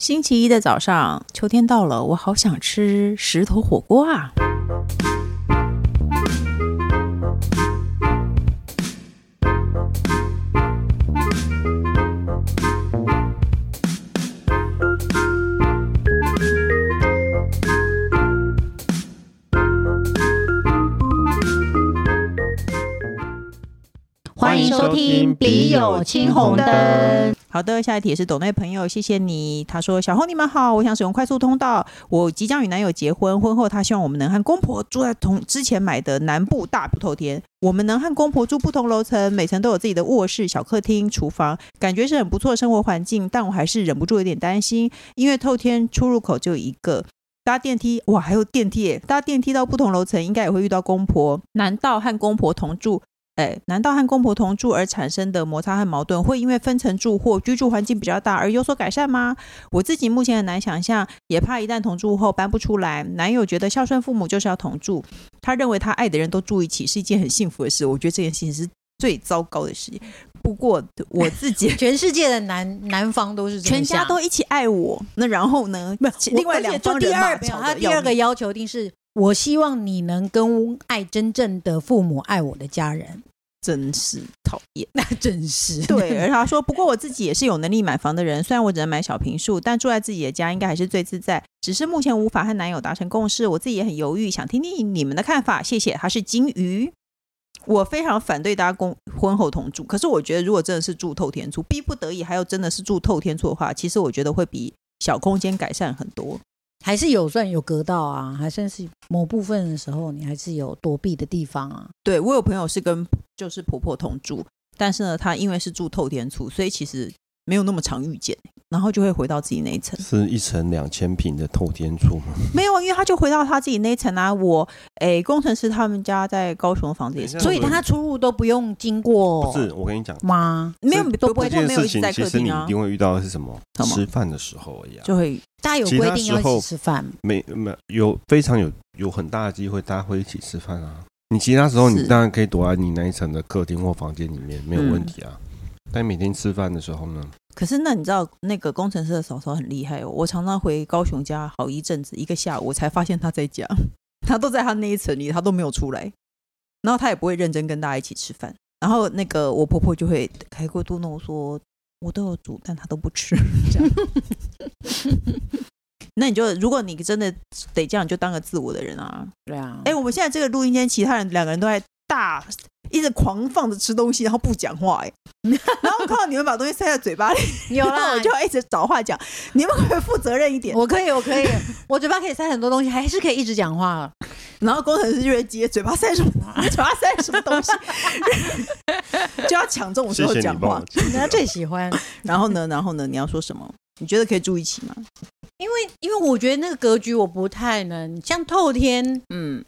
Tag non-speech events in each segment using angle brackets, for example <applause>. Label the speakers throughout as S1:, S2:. S1: 星期一的早上，秋天到了，我好想吃石头火锅啊！
S2: 欢迎收听《笔友青红灯》。
S1: 好的，下一题也是抖内朋友，谢谢你。他说：“小红，你们好，我想使用快速通道。我即将与男友结婚，婚后他希望我们能和公婆住在同之前买的南部大不透天。我们能和公婆住不同楼层，每层都有自己的卧室、小客厅、厨房，感觉是很不错的生活环境。但我还是忍不住有点担心，因为透天出入口就一个。”搭电梯哇，还有电梯耶！搭电梯到不同楼层，应该也会遇到公婆。难道和公婆同住哎，难道和公婆同住而产生的摩擦和矛盾，会因为分层住或居住环境比较大而有所改善吗？我自己目前很难想象，也怕一旦同住后搬不出来。男友觉得孝顺父母就是要同住，他认为他爱的人都住一起是一件很幸福的事。我觉得这件事情是最糟糕的事情。不过我自 <laughs> 己
S2: 全世界的男男方都是这么
S1: 全
S2: 想
S1: 家都一起爱我，那然后呢？
S2: 我
S1: 另外
S2: 而且
S1: 两
S2: 就
S1: 方
S2: 第
S1: 人嘛
S2: 二没有
S1: 吵
S2: 他
S1: 得
S2: 第
S1: 要
S2: 二个
S1: 命
S2: 要求一定是，我希望你能跟爱真正的父母爱我的家人， <laughs>
S1: 真是讨厌。
S2: 那真 <laughs> 是
S1: 对，而他说，不过我自己也是有能力买房的人，虽然我只能买小平数，但住在自己的家应该还是最自在。只是目前无法和男友达成共识，我自己也很犹豫，想听听你们的看法，谢谢。他是金鱼，我非常反对大家公婚后同住，可是我觉得如果真的是住透天厝，逼不得已还有真的是住透天厝的话，其实我觉得会比小空间改善很多。
S2: 还是有算有隔到啊，还算是某部分的时候，你还是有躲避的地方啊。
S1: 对我有朋友是跟就是婆婆同住，但是呢，她因为是住透天厝，所以其实没有那么常遇见，然后就会回到自己那一层。
S3: 是一层两千平的透天厝吗？
S1: 没有，因为他就回到他自己那一层啊。我诶，工程师他们家在高雄的房子也是
S3: 等一下
S2: 所以他出入都不用经过
S3: 不是，我跟你讲，
S2: 吗？
S1: 没有
S3: 这
S1: 哦都不会
S3: 这件
S1: 没有一
S3: 事
S1: 直
S3: 情
S1: 在
S3: 其
S1: 客
S3: 实你
S1: 厅
S3: 一
S1: 啊，
S3: 定会遇啊到的是什么
S1: 什？么
S3: 吃饭的时候一样，
S1: 就会
S2: 大家有
S3: 其他
S2: 规定要
S3: 时
S2: 一
S3: 候
S2: 起吃饭吗，
S3: 没没有非常有有很大的机会，大家会一起吃饭啊。你其他时候
S1: 是
S3: 你当然可以躲在你那一层的客厅或房间里面，没有问题啊。
S1: 嗯
S3: 但每天吃饭的时候呢，
S1: 可是那你知道那个工程师的嫂嫂很厉害哦，我常常回高雄家好一阵子，一个下午我才发现她在家， <laughs> 她都在她那一层里，她都没有出来，然后她也不会认真跟大家一起吃饭，然后那个我婆婆就会开过嘟囔说，我都有煮，但她都不吃，这样。 <laughs> 那你就如果你真的得这样，你就当个自我的人啊。
S2: 对啊。
S1: 哎、我们现在这个录音间，其他人两个人都在大一直狂放着吃东西，然后不讲话、哎，
S2: <laughs>
S1: 然后我看到你们把东西塞在嘴巴里。
S2: 有 <laughs>
S1: 然后
S2: 啦，
S1: 我就一直找话讲，你们可不可以负责任一点？
S2: 我可以，我可以，我嘴巴可以塞很多东西，还是可以一直讲话。
S1: 然后工程师就会接嘴巴塞什么，
S2: <laughs>
S1: 嘴巴塞什么东西，就要抢这种时
S3: 谢
S1: 候
S3: 谢你
S1: 讲
S3: 帮
S1: 话
S3: 我。记住
S2: 人家最喜欢，
S1: 然后呢，然后呢，你要说什么？你觉得可以住一起吗？
S2: 因为因为我觉得那个格局我不太能，像透天
S1: 嗯，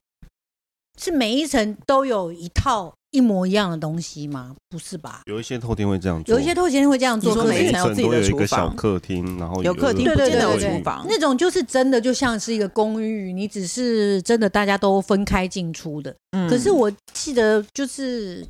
S2: 是每一层都有一套一模一样的东西吗？不是吧？
S3: 有一些透天会这样做，
S2: 有一些透天会这样做，
S1: 你
S3: 就
S1: 说
S3: 是
S2: 可
S1: 每
S3: 每
S2: 是
S3: 一
S1: 层有
S3: 层
S1: 自己
S3: 都
S1: 的
S3: 有一个
S1: 厨房
S3: 小客厅，然后
S1: 有客厅，
S2: 对
S1: 不
S2: 对
S1: 见得有
S2: 对对
S1: 厨房。
S2: 那种就是真的就像是一个公寓，你只是真的大家都分开进出的。
S1: 嗯
S2: 可是我记得就是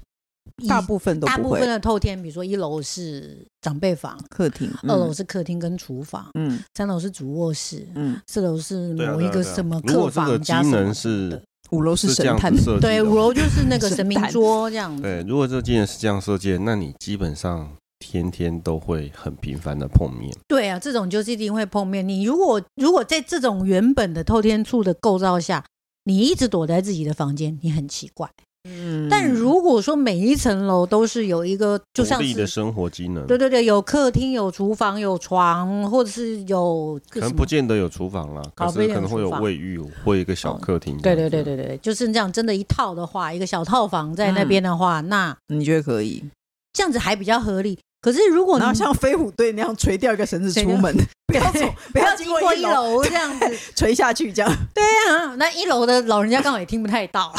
S2: 以
S1: 大部分都
S2: 大
S1: 不
S2: 部分
S1: 会
S2: 的透天，比如说一楼是长辈房，
S1: 客厅，嗯
S2: 二楼是客厅跟厨房，
S1: 嗯
S2: 三楼是主卧室，
S1: 嗯，
S2: 四楼是
S3: 对啊
S2: 某
S3: 对
S2: 一
S3: 啊
S2: 个
S3: 对啊
S2: 什么
S3: 如
S2: 客
S3: 果这个
S2: 房
S3: 机
S2: 加什么
S3: 能
S2: 的
S3: 是
S1: 五楼是
S3: 是这样
S1: 神
S3: 子
S1: 探，
S3: 设计的
S2: 对，五楼就是那
S1: <laughs>
S2: 个
S1: 神
S2: 神明
S1: 坛
S2: 桌这样子。
S3: 对，如果这既然是这样设计的，那你基本上天天都会很频繁的碰面。
S2: 对啊，这种就是一定会碰面。你如果如果在这种原本的透天处的构造下，你一直躲在自己的房间，你很奇怪。
S1: 嗯
S2: 但如果说每一层楼都是有一个，就
S3: 独
S2: 像
S3: 立的
S2: 是
S3: 生活机能，
S2: 对对对，有客厅、有厨房、有床，或者是有个
S3: 可
S2: 什
S3: 能
S2: 么
S3: 不。见得有厨房啦，
S2: 搞
S3: 可
S2: 不一
S3: 是
S2: 定有
S3: 可能会有
S2: 厨房哦
S3: 卫浴或一个小客厅。
S2: 对对对，对对，就是这样。真的，一套的话，一个小套房在那边的
S3: 嗯
S2: 话，那
S1: 你觉得可以？
S2: 这样子还比较合理。可是如哦果你
S1: 然后像飞虎队那样垂掉一个绳子
S2: 垂
S1: 出
S2: 掉
S1: 门，不要走，不
S2: 不
S1: 要
S2: 要
S1: 经
S2: 经
S1: 过
S2: 过
S1: 一
S2: 一
S1: 楼，
S2: 楼这样子，
S1: 垂下去这样。
S2: 对啊，那一楼的老人家刚好也听不太 <laughs> 到。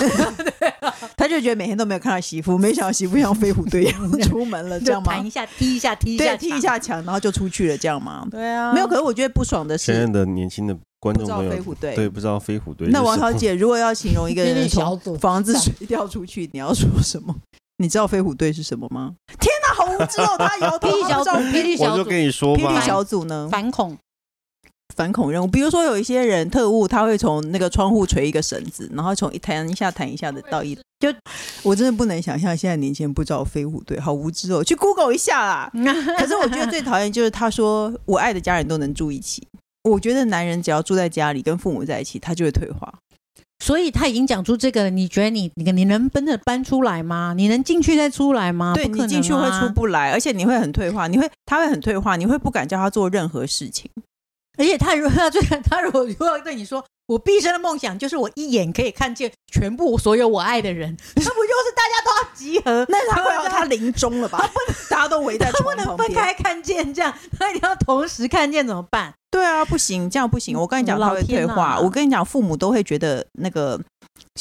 S1: 他就觉得每天都没有看到媳妇，没想到媳妇像飞虎队一样出门了，这
S2: 就
S1: 样吗
S2: 弹？一下，踢一下，踢一下，
S1: 对，踢一。下墙，然后就出去了，这样吗？
S2: 对啊，
S1: 没有，可是我觉得不爽的
S3: 现在
S1: 是，
S3: 的年轻的观
S1: 不
S3: 众
S1: 知道
S3: 朋
S1: 飞
S3: 友
S1: 虎队。
S3: 对不知道飞虎队是什
S1: 那
S3: 么。
S1: 王小姐，如果要形容一个
S2: 那
S1: 人
S2: <laughs> 是小
S1: 从
S2: 组
S1: 房子水掉出去，你要说什么？你知道飞虎队是什么吗？天哪，好无知哦！他摇头。 <laughs>
S2: 霹雳
S1: 他
S2: 小
S1: 不知
S2: 组，
S1: 道
S2: 霹雳
S3: 我
S2: 小
S3: 就
S2: 组，
S3: 跟你说
S1: 霹雳
S2: <laughs>
S3: 吧，
S1: 小组呢？
S2: 反恐，
S1: 反恐任务，比如说有一些人特务，他会从那个窗户垂一个绳子，然后从一弹一下弹一下的到一，就我真的不能想象现在年轻人不知道飞虎队，好无知哦，去 <laughs> Google 一下啦。可是我觉得最讨厌就是他说我爱的家人都能住一起，我觉得男人只要住在家里跟父母在一起，他就会退化。
S2: <laughs> 所以他已经讲出这个了，你觉得你你你能奔着搬出来吗？你能进去再出来吗？
S1: 对
S2: 不可能
S1: 你进去会
S2: 啊
S1: 出不来，而且你会很退化，你会他会很退化，你会不敢叫他做任何事情。
S2: 而且他如果他最他如果如果对你说，我毕生的梦想就是我一眼可以看见全部所有我爱的 <laughs> 人，那不就是大家都要集合？
S1: 那是他快要
S2: 对啊
S1: 他临终了吧？ <laughs> 他不能，大家都围在
S2: 他不
S1: 床
S2: 能
S1: 旁
S2: 分
S1: 边。
S2: 开看见这样，他一定要同时看见怎么办？
S1: 对啊，不行，这样不行。我跟你讲，他
S2: 嗯老
S1: 会
S2: 天
S1: 退化。
S2: 啊
S1: 我跟你讲，父母都会觉得那个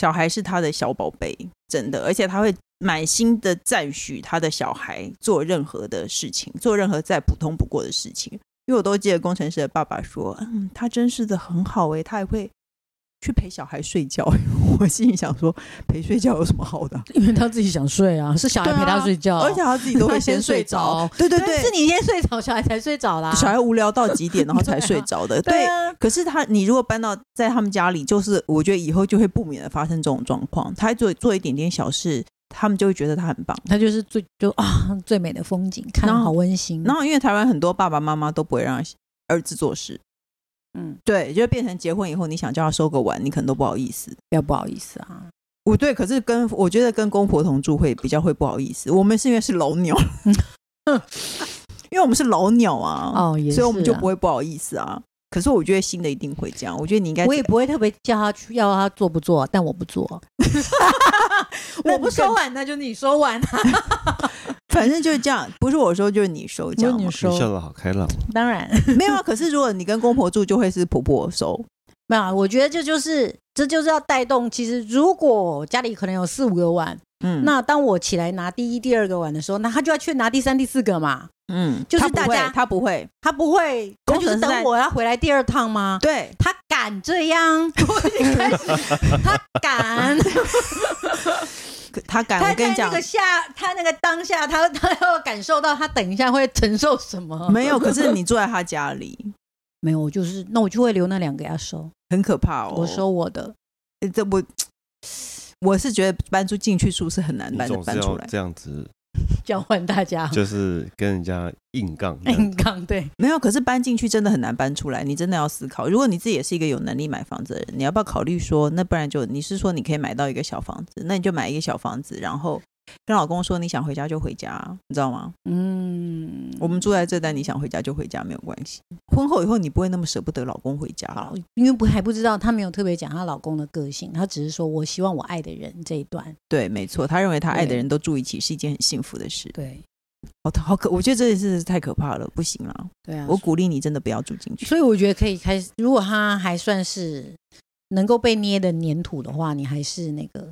S1: 小孩是他的小宝贝，真的，而且他会满心的赞许他的小孩做任何的事情，做任何再普通不过的事情。因为我都记得工程师的爸爸说，嗯，他真是的很好诶、他还会去陪小孩睡觉。 <laughs> 我心里想说，陪睡觉有什么好的？
S2: 因为他自己想睡啊，是小
S1: 对啊
S2: 觉
S1: 而且他自己都会
S2: <laughs>
S1: 先睡着。对对对，
S2: 是你先睡着，小孩才睡着啦。
S1: 小孩无聊到极点，然后才睡着的。
S2: 对啊，
S1: 可是他，你如果搬到在他们家里，就是我觉得以后就会不免的发生这种状况。他做做一点点小事，他们就会觉得他很棒。
S2: 他就是最就啊最美的风景，看
S1: 然
S2: 得
S1: 后
S2: 好温馨。
S1: 然后因为台湾很多爸爸妈妈都不会让儿子做事，
S2: 嗯，
S1: 对，就变成结婚以后，你想叫他收个碗，你可能都不好意思。
S2: 不要不好意思啊，
S1: 不对，可是跟我觉得跟公婆同住会比较会不好意思。我们是因为是老鸟，因为我们是老鸟啊，
S2: 哦，也是啊
S1: 所以我们就不会不好意思啊。可是我觉得新的一定会这样，我觉得你应该
S2: 我也不会特别叫他去要他做不做，但我不做，我不收碗，那就你收碗 <laughs> 啊，
S1: 反正就是这样，不是我说就是你收这样嘛。
S3: 你笑得好开朗，
S2: 当然
S1: 没有啊，可是如果你跟公婆住，就会是婆婆收。
S2: 没有啊，我觉得这就是这就是要带动。其实如果家里可能有四五个碗，
S1: 嗯
S2: 那当我起来拿第一、第二个碗的时候，那他就要去拿第三、第四个嘛，
S1: 嗯，
S2: 就是
S1: 他不
S2: 大
S1: 会
S2: 家
S1: 他不会，
S2: 他不会，他就是
S1: 工程师在
S2: 等我要回来第二趟吗？
S1: 对，
S2: 他敢这 <laughs> 样，我已经开始，他敢，
S1: 可他敢。
S2: 他
S1: 我
S2: 在
S1: 跟你
S2: 那
S1: 讲
S2: 个，下，他那个当下，他 <laughs> 他要感受到他等一下会承受什么？
S1: 没有。可是你住在他家里，
S2: 没有，我就是那我就会留那两个要收，
S1: 很可怕哦。
S2: 我收我的。
S1: 诶这我我是觉得搬出进去住是很难
S3: 你
S1: 搬的
S3: 总是
S1: 搬出
S3: 要
S1: 来。
S3: 这样子，
S2: 交换大家。
S3: 就是跟人家
S2: <laughs>
S3: 硬杠这样。
S2: 硬
S1: <laughs>
S2: 刚对，
S1: 没有，可是搬进去真的很难搬出来，你真的要思考。如果你自己也是一个有能力买房子的人，你要不要考虑说，那不然就你是说你可以买到一个小房子，那你就买一个小房子，然后跟老公说你想回家就回家，啊你知道吗？
S2: 嗯，
S1: 我们住在这，但你想回家就回家，没有关系。婚后以后你不会那么舍不得老公回家
S2: 好
S1: 了。，
S2: 因为不还不知道，她没有特别讲她老公的个性，她只是说我希望我爱的人这一段，
S1: 对，没错，他认为他爱的
S2: 对
S1: 人都住一起是一件很幸福的事。
S2: 对
S1: 好，好可，我觉得这件事太可怕了，不行啦！
S2: 对啊
S1: 我鼓励你真的不要住进
S2: <laughs>
S1: 去。
S2: 所以我觉得可以开始，如果她还算是能够被捏的粘土的话，你还是那个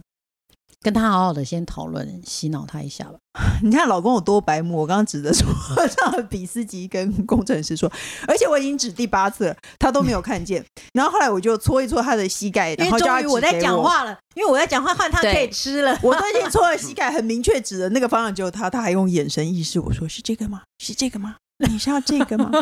S2: 跟她好好的先讨论，洗脑她一下吧。
S1: 你看老公有多白目，我刚刚指着说 <laughs> 让比斯吉跟工程师说，而且我已经指第八次了，他都没有看
S2: <laughs>
S1: 见。然后后来我就搓一搓他的膝盖，
S2: 因
S1: 然
S2: 为
S1: 后叫
S2: 终
S1: 他
S2: 于
S1: 指
S2: 我在
S1: 给
S2: 讲
S1: 我。
S2: 话了，因为我在讲话，换她可以
S1: 对
S2: 吃了。
S1: <laughs> 我都已经搓了膝盖，很明确指的那个方向就是他，他还用眼神意识我说是这个吗？是这个吗？你是要这个吗？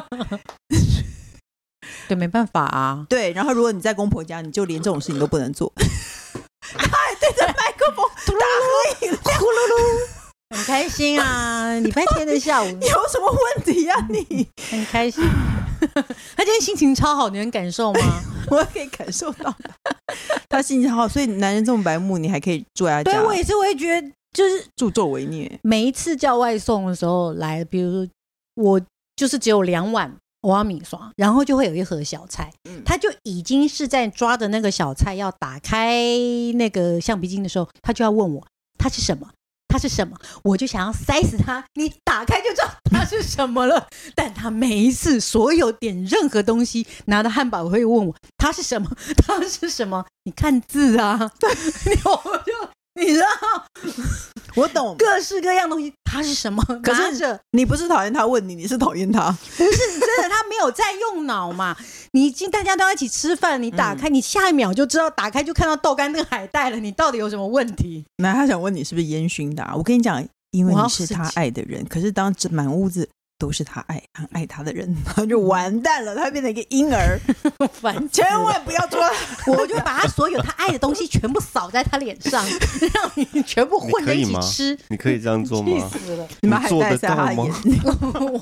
S2: 对，没办法啊，
S1: 对，然后如果你在公婆家，你就连这种事情都不能做。 <laughs> 哎，对着麦克风大喝饮料，呼噜噜，
S2: 很开心啊，礼拜天的下午。
S1: <laughs> 有什么问题呀、你？ <laughs>
S2: 很开心。他今天心情超好，你能感受吗？
S1: 我可以感受到他心情好，所以男人这么白目，你还可以住在他
S2: 对
S1: 家，
S2: 我也是，我也觉得就是
S1: 助纣为虐。
S2: 每一次叫外送的时候来，比如说我就是只有两碗欧阿米刷，然后就会有一盒小菜，
S1: 嗯
S2: 他就已经是在抓着那个小菜要打开那个橡皮筋的时候，他就要问我它是什么。它是什么？我就想要塞死它。你打开就知道它是什么了。但他每一次所有点任何东西拿到汉堡，会问我它是什么？它是什么？你看字啊， <laughs> 你我就你知道， <laughs>
S1: 我懂，
S2: 各式各样东西，它是什么？
S1: <laughs> 可是
S2: 拿着
S1: 你不是讨厌他问你，你是讨厌他。
S2: 不是 <laughs> 真的，他没有在用脑嘛？你已经大家都要一起吃饭，你
S1: 嗯
S2: 打开，你下一秒就知道，打开就看到豆干跟海带了，你到底有什么问题？
S1: 那他想问你是不是烟熏的啊、我跟你讲，因为
S2: 我要
S1: 你是
S2: 生
S1: 他
S2: 气
S1: 爱的人，可是当这满屋子都是他爱很爱他的人，他就完蛋了，他变成一个婴儿，
S2: 烦死了
S1: 千万不要做。
S2: 我就把他所有他爱的东西全部扫在他脸上， <laughs> 让你全部混在一
S3: 你可以
S2: 起
S3: 吗
S2: 吃，
S3: 你可以这样
S2: <laughs>
S3: 做
S2: 气
S3: 吗？
S2: 死了！
S1: 你们还
S3: 做
S1: 在
S3: 得
S1: 撒他
S3: 到
S1: 的
S3: 吗
S1: 眼？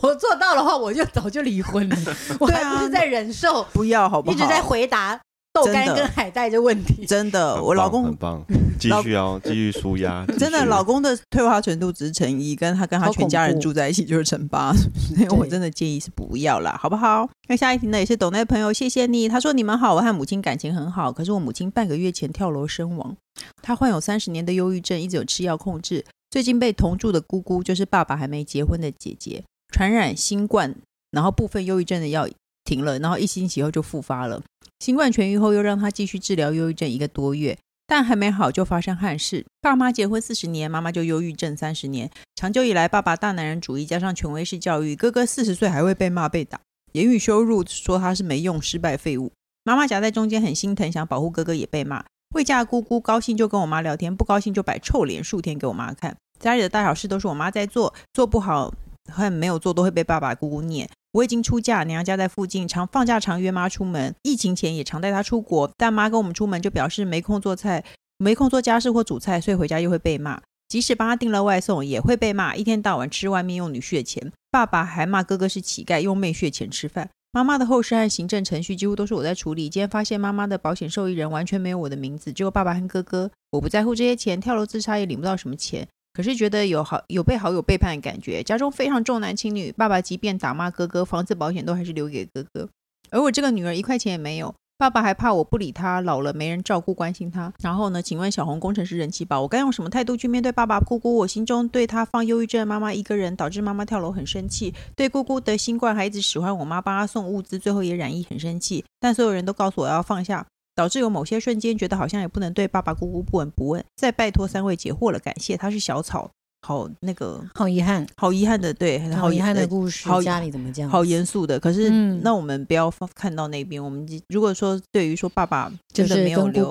S2: 我做到的话，我就早就离
S1: <laughs>
S2: 婚了，我
S1: 对
S2: 还
S1: 啊
S2: 不是在忍受，
S1: <laughs> 不要好不
S2: 一
S1: 好？
S2: 直在回答豆干
S1: 真的
S2: 跟海带的问题。
S1: 真的，
S3: 很
S1: 我老
S3: 棒
S1: 公
S3: 很棒，继续
S2: <laughs>
S3: 哦，继续舒压。继
S1: 真的
S3: 续
S1: 老公的退化程度只是乘一，跟他跟他
S2: 好
S1: 全家人
S2: 恐怖
S1: 住在一起就是乘八， <laughs> 所以我真的建议是不要啦，好不好？那下一题呢，也是抖内朋友，谢谢你。他说：“你们好，我和母亲感情很好，可是我母亲半个月前跳楼身亡，她患有三十年的忧郁症，一直有吃药控制，最近被同住的姑姑，就是爸爸还没结婚的姐姐，传染新冠，然后部分忧郁症的药停了，然后一星期后就复发了。新冠痊愈后，又让她继续治疗忧郁症一个多月，但还没好就发生憾事。爸妈结婚四十年，妈妈就忧郁症三十年。长久以来，爸爸大男人主义加上权威式教育，哥哥四十岁还会被骂被打，言语羞辱，说他是没用、失败废物。妈妈夹在中间，很心疼，想保护哥哥，也被骂。未嫁的姑姑高兴就跟我妈聊天，不高兴就摆臭脸数天给我妈看。家里的大小事都是我妈在做，做不好和没有做都会被爸爸姑姑念。我已经出嫁，娘家在附近，常放假常约妈出门。疫情前也常带她出国，但妈跟我们出门就表示没空做菜，没空做家事或煮菜，所以回家又会被骂。即使帮他订了外送，也会被骂，一天到晚吃外面用女婿的钱。爸爸还骂哥哥是乞丐，用妹婿的钱吃饭。妈妈的后事和行政程序几乎都是我在处理。今天发现妈妈的保险受益人完全没有我的名字，只有爸爸和哥哥。我不在乎这些钱，跳楼自杀也领不到什么钱。可是觉得有好有被好友背叛的感觉，家中非常重男轻女，爸爸即便打骂哥哥，房子保险都还是留给哥哥，而我这个女儿一块钱也没有。爸爸还怕我不理他，老了没人照顾关心他。然后呢？请问小红工程师人气宝，我该用什么态度去面对爸爸、姑姑？我心中对他放忧郁症，妈妈一个人导致妈妈跳楼很生气，对姑姑得新冠还一直使唤我妈帮她送物资，最后也染疫很生气。但所有人都告诉我要放下，导致有某些瞬间觉得好像也不能对爸爸、姑姑不闻不问。再拜托三位解惑了，感谢。他是小草，好那个
S2: 好遗憾，
S1: 好遗憾的，对，
S2: 好遗憾的
S1: 呃
S2: 故事
S1: 好，
S2: 家里怎么这样？
S1: 好严肃的。可是，
S2: 嗯
S1: 那我们不要放看到那边。我们如果说对于说爸爸
S2: 就
S1: 真的
S2: 是
S1: 没有
S2: 跟
S1: 留，
S2: 姑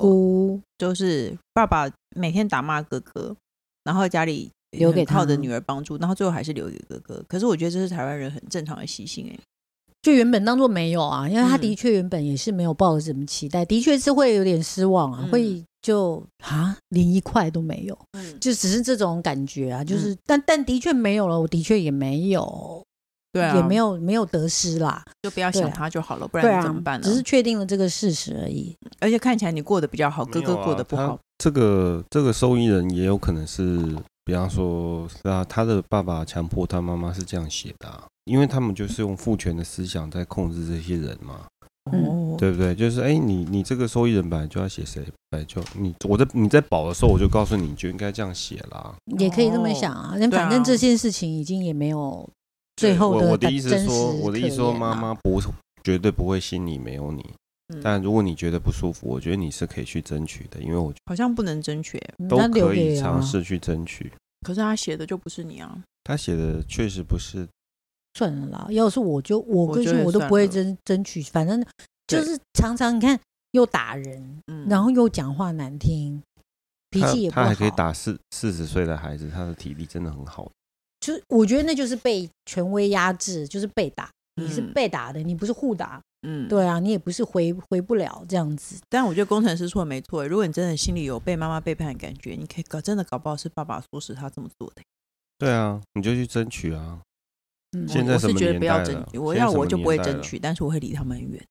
S2: 姑
S1: 就是爸爸每天打骂哥哥，然后家里
S2: 留给
S1: 很
S2: 他
S1: 靠着女儿帮助，然后最后还是留给哥哥。可是我觉得这是台湾人很正常的习性哎、
S2: 就原本当做没有啊，因为他
S1: 嗯
S2: 的确原本也是没有抱着什么期待，的确是会有点失望啊，
S1: 嗯
S2: 会就啊连一块都没有，
S1: 嗯，
S2: 就只是这种感觉啊，就是、但但的确没有了，我的确也没有，
S1: 对啊，
S2: 也没
S1: 有
S2: 有没有得失啦，
S1: 就不要
S2: 对
S1: 想
S2: 啊
S1: 他就好了，不
S2: 对
S1: 然你
S2: 啊
S1: 怎么办，呢？
S2: 只是确定了这个事实而已。
S1: 而且看起来你过得比较好，哥
S3: 没
S1: 哥
S3: 有啊
S1: 过得不好
S3: 他。这个这个受益人也有可能是，比方说是啊，他的爸爸强迫他妈妈是这样写的、啊，因为他们就是用父权的思想在控制这些人嘛，
S2: 嗯
S1: 哦，
S3: 对不对？就是哎、你你这个受益人本来就要写谁，本来就你我在你在保的时候，我就告诉你，你就应该这样写啦。
S2: 也可以这么想啊，那、
S1: 对啊
S2: 反正这件事情已经也没有最后
S3: 我我
S2: 的
S3: 的意思
S2: 真
S3: 是说，
S2: 实
S3: 我的意思
S2: 可
S3: 说，
S2: 言
S3: 妈
S2: 啊
S3: 妈不绝对不会心里没有你，
S1: 嗯
S3: 但如果你觉得不舒服，我觉得你是可以去争取的，因为我觉
S1: 好像不能争取欸、
S2: 嗯
S3: 得
S2: 那
S3: 都
S2: 留
S3: 可
S2: 给
S3: 以
S2: 啊
S3: 尝试去争取。
S1: 可是他写的就不是你啊。
S3: 他写的确实不是
S2: 算了啦，要是我就我
S1: 我
S2: 个
S1: 觉
S2: 性
S1: 得
S2: 我都
S1: 算
S2: 不会
S1: 了
S2: 争争取，反正就
S1: 对
S2: 是常常你看又打人，
S1: 嗯，
S2: 然后又讲话难听，脾
S3: 他
S2: 气也不
S3: 他
S2: 好，
S3: 还可以打四四十岁的孩子，他的体力真的很好。
S2: 就我觉得那就是被权威压制，就是被打，你是
S1: 嗯
S2: 被打的，你不是互打，
S1: 嗯，
S2: 对啊，你也不是回回不了这样子，
S1: 但我觉得工程师说的没错，欸如果你真的心里有被妈妈背叛的感觉，你可以搞真的搞不好是爸爸唆使他这么做的。
S3: 对啊，你就去争取啊。
S2: 嗯，
S3: 现在
S1: 我
S3: 什
S1: 是
S3: 么
S1: 觉得
S3: 年
S1: 不要
S3: 代
S1: 争
S3: 了
S1: 取，我
S3: 现在
S1: 要
S3: 什
S1: 我
S3: 么
S1: 就不会
S3: 年代
S1: 争
S3: 了
S1: 取，但是我会离他们很远。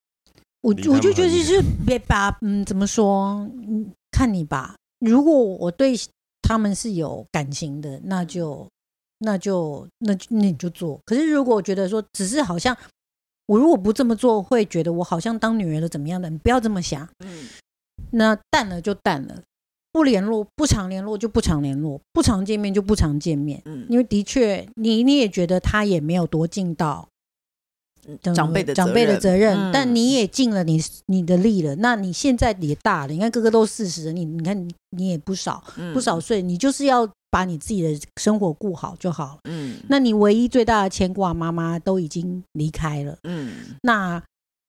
S2: 我
S3: 离
S2: 我
S3: 他
S2: 就
S3: 们
S2: 觉得
S3: 很
S2: 就
S3: 远
S2: 是别把嗯，怎么说？嗯，看你吧。如果我对他们是有感情的，
S1: 嗯
S2: 那就那就那就那你就做。可是如果我觉得说只是好像我如果不这么做，会觉得我好像当女儿的怎么样的？你不要这么想。
S1: 嗯，
S2: 那淡了就淡了，不联络不常联络就不常联络，不常见面就不常见面。
S1: 嗯，
S2: 因为的确，你你也觉得他也没有多尽到
S1: 嗯长辈的
S2: 长辈的责任，
S1: 嗯
S2: 但你也尽了你你的力了。那你现在也大了，你看哥哥都四十了，你你看你你也不少
S1: 嗯
S2: 不少，岁，你就是要把你自己的生活顾好就好了。
S1: 嗯
S2: 那你唯一最大的牵挂，妈妈都已经离开了，
S1: 嗯
S2: 那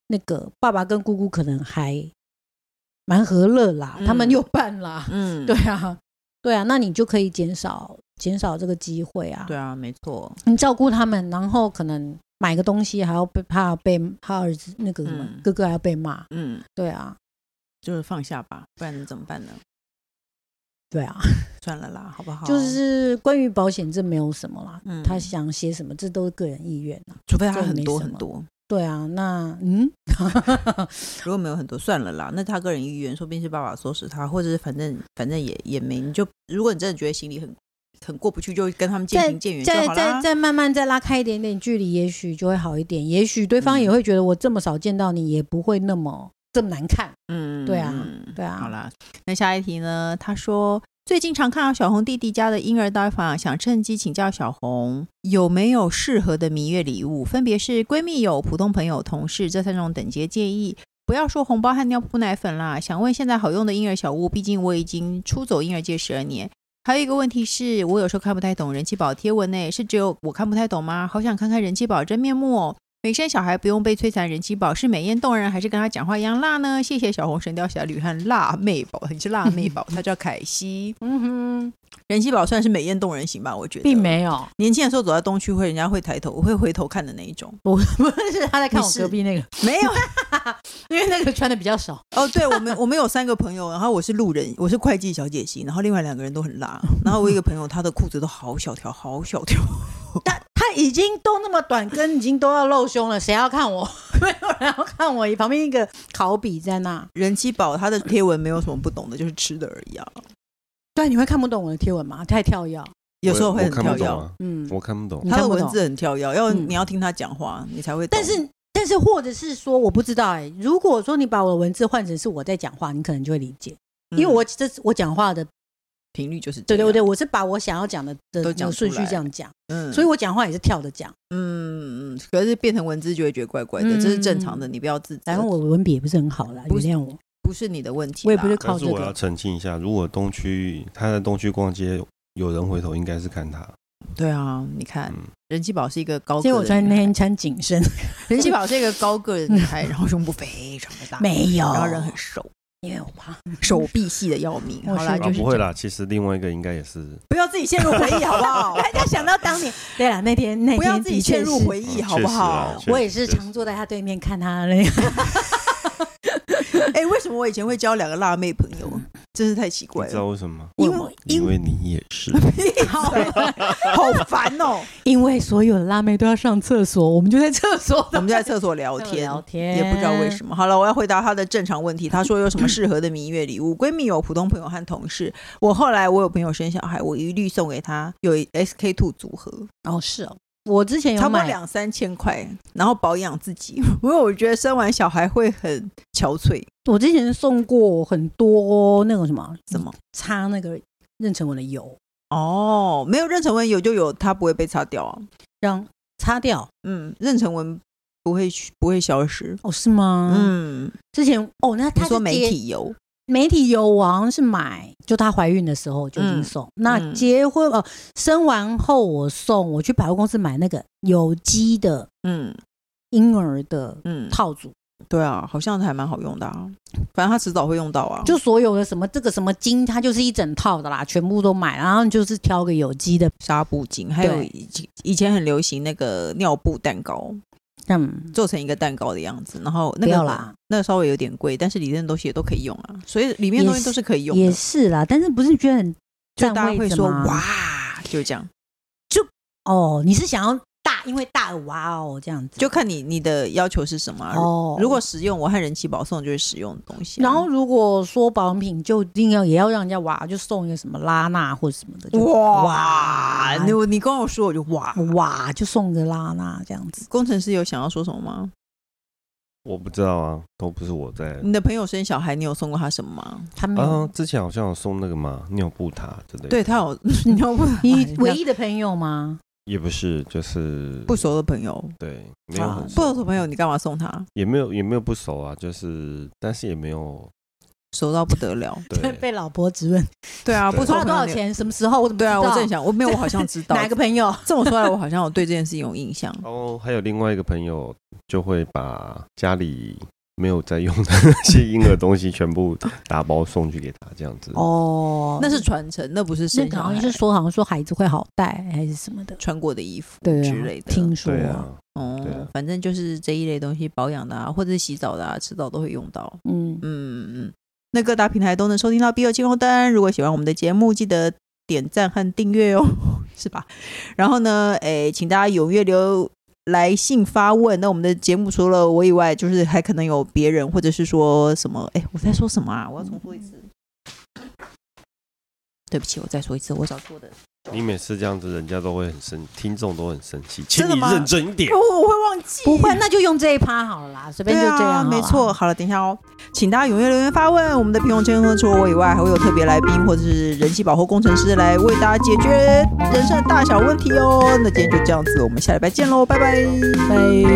S2: 那个爸爸跟姑姑可能还蛮和乐啦，
S1: 嗯
S2: 他们又办啦，
S1: 嗯，
S2: <laughs> 对啊，对啊，那你就可以减少减少这个机会啊。
S1: 对啊，没错，
S2: 你照顾他们，然后可能买个东西还要被怕被他儿子那个什么、
S1: 嗯
S2: 哥哥还要被骂，
S1: 嗯，
S2: 对啊，
S1: 就是放下吧，不然能怎么办呢？
S2: 对啊，
S1: 算了啦，好不好？
S2: 就是关于保险这没有什么啦，
S1: 嗯
S2: 他想写什么这都是个人意愿啊。
S1: 除非他
S2: 这
S1: 很
S2: 没
S1: 多
S2: 什
S1: 很
S2: 么
S1: 多，
S2: 对啊，那嗯， <laughs>
S1: 如果没有很多，算了啦。那他个人意愿，说不定是爸爸唆使他，或者是反正反正也也没，你就如果你真的觉得心里很很过不去，就跟他们渐行渐远就
S2: 再
S1: 好
S2: 再
S1: 啦。
S2: 再慢慢再拉开一点点距离，也许就会好一点。也许对方
S1: 嗯
S2: 也会觉得我这么少见到你，也不会那么这么难看。
S1: 嗯
S2: 对啊
S1: 嗯
S2: 对啊
S1: 好啦，那下一题呢？他说最近常看到小红弟弟家的婴儿到访，想趁机请教小红有没有适合的蜜月礼物，分别是闺蜜友、普通朋友、同事这三种等级的建议。不要说红包和尿布奶粉啦，想问现在好用的婴儿小物，毕竟我已经出走婴儿界十二年。还有一个问题是，我有时候看不太懂人气宝贴文呢、是只有我看不太懂吗？好想看看人气宝真面目哦。每生小孩不用被摧残，人气宝是美艳动人，还是跟他讲话一样辣呢？谢谢小红《神雕侠侣》和辣妹宝，你是
S2: <laughs>
S1: 辣妹宝，她叫凯西。
S2: 嗯哼，
S1: 人气宝算是美艳动人型吧，我觉得。
S2: 并。没有，
S1: 年轻的时候走在东区会，人家会抬头，会回头看的那一种。
S2: 我 <laughs> 不是他在看
S1: 你
S2: 我
S1: 是
S2: 隔壁那个，
S1: 没有啊 <laughs>
S2: 因为那个穿的比较少。
S1: 哦，对我们我们有三个朋友，然后我是路人，我是会计小姐型，然后另外两个人都很
S3: <laughs>
S1: 辣。然后我有一个朋友，他的裤子都好小条，好小条。
S2: 但 <laughs> 他已经都那么短跟，已经都要露胸了，谁要看我？ <laughs> 没有人要看我，旁边一个考比在那。
S1: 人气宝他的贴文没有什么不懂的，就是吃的而已啊。
S2: 对，你会看不懂我的贴文吗？太跳跃。
S1: 有时候会
S3: 我
S1: 很
S3: 看不
S1: 跳
S3: 懂
S1: 跃，
S3: 啊，
S2: 嗯，
S3: 我看不懂。
S2: 你
S1: 他
S2: 看
S1: 的
S2: 不
S1: 文
S2: 懂
S1: 字很跳跃，要
S2: 嗯
S1: 你要听他讲话，你才会懂。
S2: 但是但是，或者是说，我不知道哎、如果说你把我的文字换成是我在讲话，你可能就会理解，
S1: 嗯
S2: 因为我这我讲话的，
S1: 频率就是
S2: 对
S1: 这
S2: 对
S1: 样
S2: 对，，我是把我想要讲的的
S1: 都
S2: 那
S1: 讲
S2: 个顺序
S1: 出来
S2: 这样讲，
S1: 嗯，
S2: 所以我讲话也是跳着讲，
S1: 嗯嗯，可是变成文字就会觉得怪怪的，这是正常的，你不要自责，
S2: 嗯然后我文笔也不是很好啦，
S1: 不
S2: 原
S1: 是
S2: 谅我。
S1: 不是你的问题啦，
S2: 我也不是靠
S3: 但是
S2: 这
S3: 我要
S2: 个，
S3: 澄清一下，如果东区他在东区逛街，有人回头应该是看他。
S1: 对啊，你看
S3: 嗯，
S1: 任气宝是一个高个的
S2: 结
S1: 女
S2: 果
S1: 孩，
S2: 我穿那天穿紧
S1: <laughs>
S2: 身，
S1: 任气宝是一个高个的女
S2: <laughs>
S1: 孩，然后胸部非常的大，
S2: 没有，
S1: 然后人很瘦，
S2: 因为我
S1: <laughs>
S2: 怕
S1: 手臂细的要命。
S2: 我
S1: 好啦，
S2: 是
S1: 就是
S3: 啊，不会
S1: 这样，
S3: 啦，其实另外一个应该也是，
S1: 不要自己陷入回忆，好不
S2: <laughs>
S1: 好？
S2: 大家想到
S1: <laughs>
S2: 当年，对了，那天那天
S1: 不要自己
S2: 的确
S1: 陷入
S2: 是
S1: 回忆，
S3: 嗯
S1: 好不好？
S3: 确实啊
S2: 我也是
S3: 确实
S2: 常坐在他对面看他那个，
S1: 哎、为什么我以前会交两个辣妹朋友啊？真是太奇怪
S3: 嗯你知道
S1: 了。
S3: 为什么吗？
S1: 因
S2: <laughs> 为什么
S1: 为因嗯
S3: 因
S1: 为
S3: 为你也是。
S2: <laughs>
S1: 好好烦哦！
S2: 因为所有的辣妹都要上厕所，我们就在厕所
S1: 我们就在厕所聊天，
S2: 聊天，
S1: 也不知道为什么。好了，我要回答他的正常问题。他说有什么适合的蜜月礼物？闺蜜有、普通朋友和同事。我后来我有朋友生小孩，我一律送给他有 SK two 组合，
S2: 哦，是哦，我之前有
S1: 差不多
S2: 买，
S1: 两三千块，然后保养自己， <laughs> 因为我觉得生完小孩会很憔悴。
S2: 我之前送过很多那种什么
S1: 什么？
S2: 擦那个妊娠纹的油，
S1: 哦，没有妊娠纹有就有，它不会被擦掉啊。
S2: 让擦掉。
S1: 嗯，妊娠纹不会不会消失。
S2: 哦，是吗？嗯，
S1: 嗯，
S2: 之前哦，那
S1: 你
S2: 他
S1: 说媒体油，
S2: 媒体油，我好像是买，就她怀孕的时候就已经
S1: 嗯
S2: 送。那结婚哦、生完后我送，我去百货公司买那个有机的
S1: 嗯
S2: 婴儿的
S1: 嗯，
S2: 套组，
S1: 对啊，好像还蛮好用的啊。反正他迟早会用到啊。
S2: 就所有的什么这个什么巾，它就是一整套的啦，全部都买，然后你就是挑个有机的，
S1: 纱布巾，还有
S2: 对
S1: 以前以前很流行那个尿布蛋糕，
S2: 嗯，
S1: 做成一个蛋糕的样子，然后那个
S2: 不要啦。
S1: 那个稍微有点贵，但是里面的东西也都可以用啊，所以里面的东西都是可以用
S2: 也
S1: 的，
S2: 是啦，但是不是觉得很
S1: 就
S2: 占
S1: 大家
S2: 位
S1: 会
S2: 置
S1: 说
S2: 吗
S1: 哇，就这样，
S2: 哦？你是想要大，因为大哇哦这样子
S1: 就看你你的要求是什么啊、
S2: 哦。
S1: 如果实用，我和人气宝送就是实用的东西啊、
S2: 然后如果说保养品就一定要也要让人家哇，就送一个什么拉娜或者什么的，就
S1: 哇
S2: 哇
S1: 你你跟我说我就哇，
S2: 哇就送个拉娜这样子。
S1: 工程师有想要说什么吗？
S3: 我不知道啊，都不是我在。
S1: 你的朋友生小孩，你有送过他什么吗？
S2: 他没有，
S3: 啊，之前好像有送那个嘛尿布塔之类的。
S1: 对他 <laughs> 有，你要不
S2: 你唯一的朋友吗？
S3: 也不是，就是
S1: 不熟的朋友，
S3: 对，没有很
S1: 不
S3: 熟，
S1: 熟的朋友你干嘛送他？
S3: 也没有也没有不熟啊，就是但是也
S1: <laughs>
S3: 没有
S1: 熟到不得了。
S3: 对。
S2: <laughs> 被老婆质问
S1: 对啊，
S3: 对
S1: 不
S3: 熟
S1: 熟
S2: 花
S1: 的朋
S2: 了
S1: 友
S2: 多少
S1: 你？
S2: 钱，什么时候我怎
S1: <laughs>
S2: 么
S1: 对啊，
S2: 知
S1: 我
S2: 道
S1: 正想，我没有，我好 <laughs> 像知道
S2: 哪个朋友
S1: 这么说来，我好 <laughs> 像有对这件事情有印象。
S3: 哦，还有另外一个朋友就会把家里没有在用的 <laughs> 那些婴儿东西全部打包送去给他这样子。
S2: 哦，
S1: 那是传承，那不是
S2: 那
S1: 生
S2: 个
S1: 小
S2: 好
S1: 孩
S2: 像是说，好像说孩子会好带还是什么的，
S1: 穿过的衣服
S2: 对啊
S1: 之类的。
S2: 听说
S3: 对啊，
S1: 哦、
S3: 对啊
S1: 反正就是这一类东西，保养的啊，或者是洗澡的啊，迟早都会用到。
S2: 嗯，
S1: 嗯，嗯，那各大平台都能收听到《B 友金红灯》。如果喜欢我们的节目，记得点赞和订阅哦， <laughs> 是吧？然后呢，诶，请大家踊跃留来信发问。那我们的节目除了我以外，就是还可能有别人，或者是说什么？诶，我在说什么啊？我要重说一次。对不起，我再说一次，我找错的。
S3: 你每次这样子，人家都会很生，听众都很生气，请
S1: 真的
S3: 你
S1: 吗
S3: 认真一点
S1: 我。 <laughs> 我会忘记，
S2: 不会，那就用这一趴好了啦，随便就
S1: 对
S2: 这
S1: 啊，
S2: 样、
S1: 没错。。好了，等一下哦，请大家踊跃留言发问。我们的平庸圈除了我以外，还会有特别来宾或者是人气保护工程师来为大家解决人生的大小问题哦。那今天就这样子，我们下礼拜见喽，拜拜。
S2: 拜。